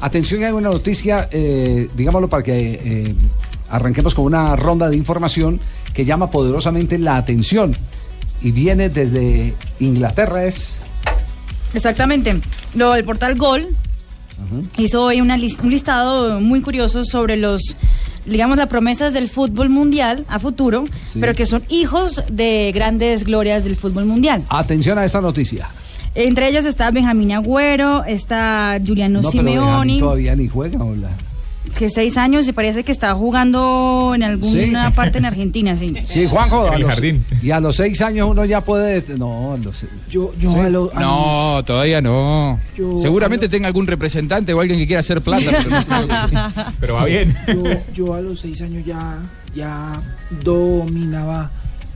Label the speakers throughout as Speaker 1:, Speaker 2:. Speaker 1: Atención, hay una noticia, eh, digámoslo para que eh, arranquemos con una ronda de información que llama poderosamente la atención y viene desde Inglaterra, es...
Speaker 2: Exactamente. Lo del portal Gol hizo hoy una lis- un listado muy curioso sobre los, digamos, las promesas del fútbol mundial a futuro,
Speaker 1: Sí.
Speaker 2: pero que son hijos de grandes glorias del fútbol mundial.
Speaker 1: Atención a esta noticia.
Speaker 2: Entre ellos está Benjamín Agüero, está Juliano
Speaker 1: no, pero Benjamín
Speaker 2: Simeoni,
Speaker 1: todavía ni juega, hola.
Speaker 2: que seis años y parece que está jugando en alguna
Speaker 1: Sí.
Speaker 2: parte en Argentina, sí.
Speaker 1: Sí, Juanjo,
Speaker 3: En
Speaker 1: a
Speaker 3: el
Speaker 1: los-
Speaker 3: jardín.
Speaker 1: y a los seis años uno ya puede... No, a los-
Speaker 4: Yo, yo
Speaker 1: Sí.
Speaker 4: a los- a
Speaker 3: No, todavía no.
Speaker 4: Yo-
Speaker 3: Seguramente tenga algún representante o alguien que quiera hacer plata. Pero, no sé. Pero va bien.
Speaker 4: los- yo, yo a los seis años ya, ya dominaba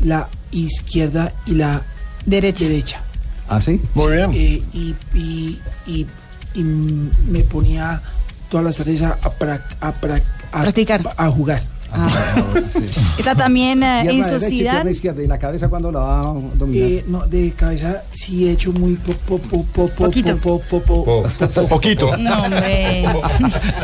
Speaker 4: la izquierda y la
Speaker 2: Derecha.
Speaker 4: derecha.
Speaker 1: ¿Ah, sí?
Speaker 5: Muy bien.
Speaker 4: Eh, y, y- y- y me ponía todas las tardes a, a prac- a prac- a-
Speaker 2: Practicar.
Speaker 4: a jugar.
Speaker 1: Ah, Sí.
Speaker 2: Está también
Speaker 1: Pierna
Speaker 2: Ah. eh, en
Speaker 1: derecha y
Speaker 2: sociedad.
Speaker 1: pierna izquierda. ¿Y la cabeza cuándo la va a dominar?
Speaker 4: Eh, no, de cabeza sí he hecho muy po- po- po- po- po-
Speaker 2: Poquito.
Speaker 4: po- po- po-
Speaker 5: Poquito.
Speaker 2: No, hombre.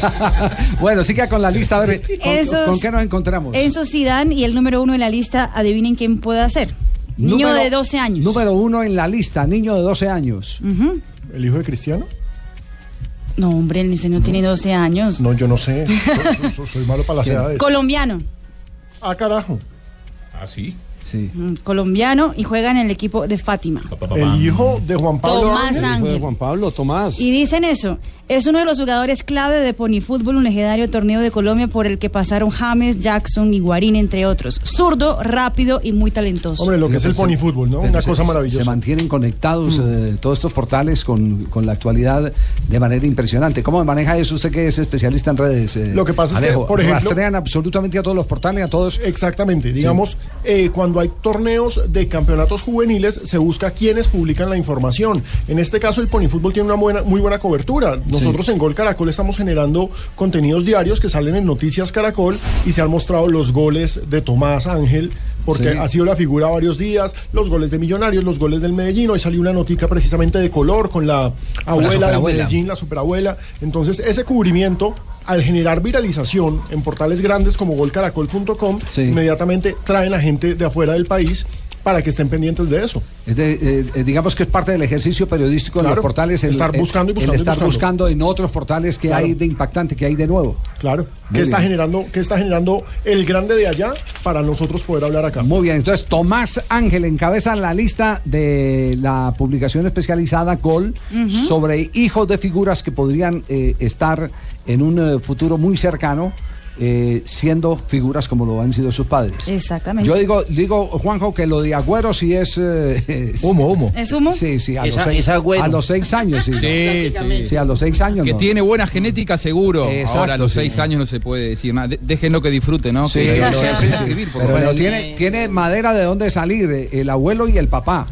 Speaker 1: bueno, siga con la lista, a ver, ¿con,
Speaker 2: Esos-
Speaker 1: con qué nos encontramos?
Speaker 2: Enzo Zidane y el número uno de la lista, adivinen quién puede ser. Niño
Speaker 1: Número-
Speaker 2: de 12 años.
Speaker 1: Número uno en la lista, niño de 12 años.
Speaker 2: Ujú.
Speaker 5: ¿El hijo de Cristiano?
Speaker 2: No, hombre, el diseño tiene 12 años.
Speaker 5: No, yo no sé. Soy, soy- soy malo para las
Speaker 1: ¿Quién?
Speaker 5: edades.
Speaker 2: Colombiano.
Speaker 5: Ah, carajo.
Speaker 3: ¿Ah, sí?
Speaker 1: Sí.
Speaker 2: Mm, Colombiano y juega en el equipo de Fátima.
Speaker 5: El hijo de Juan Pablo.
Speaker 2: Tomás
Speaker 5: Ángel.
Speaker 2: Ángel.
Speaker 6: Juan Pablo, Tomás.
Speaker 2: Y dicen eso. Es uno de los jugadores clave de Ponifútbol, un legendario torneo de Colombia por el que pasaron James, Jackson y Guarín, entre otros. Zurdo, rápido y muy talentoso.
Speaker 5: Hombre, lo que es el ponifútbol, ¿no?
Speaker 1: Pero
Speaker 5: Una
Speaker 1: se-
Speaker 5: cosa
Speaker 1: se- Se
Speaker 5: maravillosa. Mm.
Speaker 1: mantienen conectados eh, todos estos portales con, con la actualidad de manera impresionante. ¿Cómo maneja eso usted que es especialista en redes? eh,
Speaker 5: Lo que pasa es que,
Speaker 1: Alejo?
Speaker 5: por ejemplo-
Speaker 1: Rastrean absolutamente a todos los portales, a todos.
Speaker 5: Exactamente, digamos, eh, cuando hay torneos de campeonatos juveniles, se busca quienes publican la información. En este caso, el Ponifútbol tiene una buena, muy buena cobertura. Nosotros en Gol Caracol estamos generando contenidos diarios que salen en Noticias Caracol y se han mostrado los goles de Tomás Ángel, porque
Speaker 1: Sí.
Speaker 5: ha sido la figura varios días, los goles de Millonarios, los goles del Medellín. Hoy salió una notica precisamente de color con la abuela de
Speaker 1: superabuela.
Speaker 5: Medellín, la superabuela. Entonces, ese cubrimiento, al generar viralización en portales grandes como golcaracol.com,
Speaker 1: Sí.
Speaker 5: inmediatamente traen a gente de afuera del país para que estén pendientes de eso.
Speaker 1: es de- eh, eh, digamos que es parte del ejercicio periodístico de los
Speaker 5: Claro,
Speaker 1: portales. El
Speaker 5: estar
Speaker 1: el-
Speaker 5: buscando y buscando
Speaker 1: El
Speaker 5: y
Speaker 1: estar
Speaker 5: buscando.
Speaker 1: buscando en otros portales que
Speaker 5: Claro.
Speaker 1: hay de impactante, que hay de nuevo.
Speaker 5: Claro.
Speaker 1: Muy
Speaker 5: ¿Qué está,
Speaker 1: bien.
Speaker 5: generando, ¿Qué está generando el grande de allá para nosotros poder hablar acá?
Speaker 1: Muy bien, entonces Tomás Ángel encabeza la lista de la publicación especializada Gol sobre hijos de figuras que podrían eh, estar en un eh, futuro muy cercano eh, siendo figuras como lo han sido sus padres.
Speaker 2: Exactamente.
Speaker 1: Yo digo, digo Juanjo, que lo de Agüero sí es... eh,
Speaker 3: Humo, humo.
Speaker 2: ¿Es humo?
Speaker 1: Sí, sí, a,
Speaker 7: Esa-
Speaker 1: los, seis,
Speaker 7: es Agüero.
Speaker 1: a los seis años. Sí,
Speaker 3: Sí, sí.
Speaker 1: Sí, a los seis años.
Speaker 3: Que
Speaker 1: no.
Speaker 3: tiene buena genética seguro.
Speaker 1: Exacto,
Speaker 3: Ahora a los
Speaker 1: sí.
Speaker 3: seis años no se puede decir nada. De- déjenlo que disfrute, ¿no?
Speaker 1: Sí,
Speaker 3: que
Speaker 1: sí,
Speaker 3: lo
Speaker 1: sí,
Speaker 3: aprenda
Speaker 1: sí,
Speaker 3: a
Speaker 1: sí.
Speaker 3: escribir, por
Speaker 1: Pero
Speaker 3: lo menos.
Speaker 1: bueno, tiene,
Speaker 8: eh,
Speaker 1: tiene madera de dónde salir, eh, el abuelo y el papá.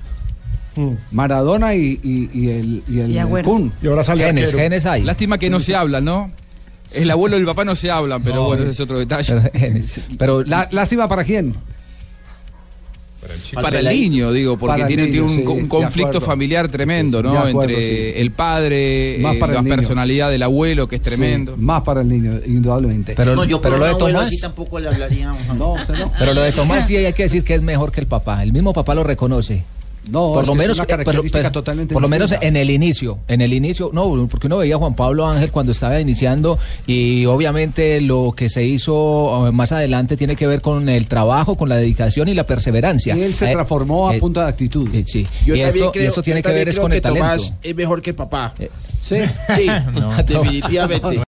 Speaker 5: Mm.
Speaker 1: Maradona y, y- y el, y el
Speaker 2: Y Agüero.
Speaker 1: Kun.
Speaker 5: Y ahora sale
Speaker 8: Genes,
Speaker 5: arquero.
Speaker 8: genes hay.
Speaker 3: Lástima que no se hablan, ¿no? El abuelo y el papá no se hablan, pero bueno, ese es otro
Speaker 8: Pero,
Speaker 3: detalle.
Speaker 8: genes. Pero la-
Speaker 1: La- lástima para quién.
Speaker 3: Para el niño, digo, porque
Speaker 1: Para el
Speaker 3: tiene, tiene
Speaker 1: niño,
Speaker 3: un,
Speaker 1: sí,
Speaker 3: un
Speaker 1: de
Speaker 3: conflicto
Speaker 1: acuerdo.
Speaker 3: familiar tremendo, ¿no?
Speaker 1: De acuerdo,
Speaker 3: Entre
Speaker 1: sí.
Speaker 3: el padre,
Speaker 1: Más
Speaker 3: eh,
Speaker 1: para
Speaker 3: la
Speaker 1: el niño.
Speaker 3: personalidad del abuelo, que es tremendo.
Speaker 1: Sí, más para el niño, indudablemente.
Speaker 8: pero,
Speaker 7: no, yo
Speaker 8: pero
Speaker 7: con
Speaker 8: lo
Speaker 7: un
Speaker 8: de
Speaker 7: abuelo
Speaker 8: Tomás.
Speaker 7: así tampoco Ah. le hablaría a un
Speaker 1: no, usted no.
Speaker 8: Pero lo de Tomás sí hay que decir que es mejor que el papá. El mismo papá lo reconoce.
Speaker 1: No,
Speaker 8: por
Speaker 1: es
Speaker 8: lo
Speaker 1: que es
Speaker 8: menos,
Speaker 1: una
Speaker 8: eh, por lo-
Speaker 1: característica
Speaker 8: pero-
Speaker 1: totalmente
Speaker 8: por lo menos
Speaker 1: distinta.
Speaker 8: en el inicio, en el inicio, no, porque uno veía a Juan Pablo Ángel cuando estaba iniciando y obviamente lo que se hizo eh, más adelante tiene que ver con el trabajo, con la dedicación y la perseverancia.
Speaker 1: Y él se
Speaker 8: Eh,
Speaker 1: transformó a
Speaker 8: eh,
Speaker 1: punta de actitud.
Speaker 8: eh, sí.
Speaker 7: Yo
Speaker 8: Y
Speaker 7: también
Speaker 8: esto, y
Speaker 7: creo-
Speaker 8: esto tiene
Speaker 7: yo
Speaker 8: que
Speaker 7: también
Speaker 8: ver es
Speaker 7: creo
Speaker 8: con el talento.
Speaker 7: Tomás es mejor que el papá.
Speaker 1: Sí.
Speaker 7: Sí, definitivamente.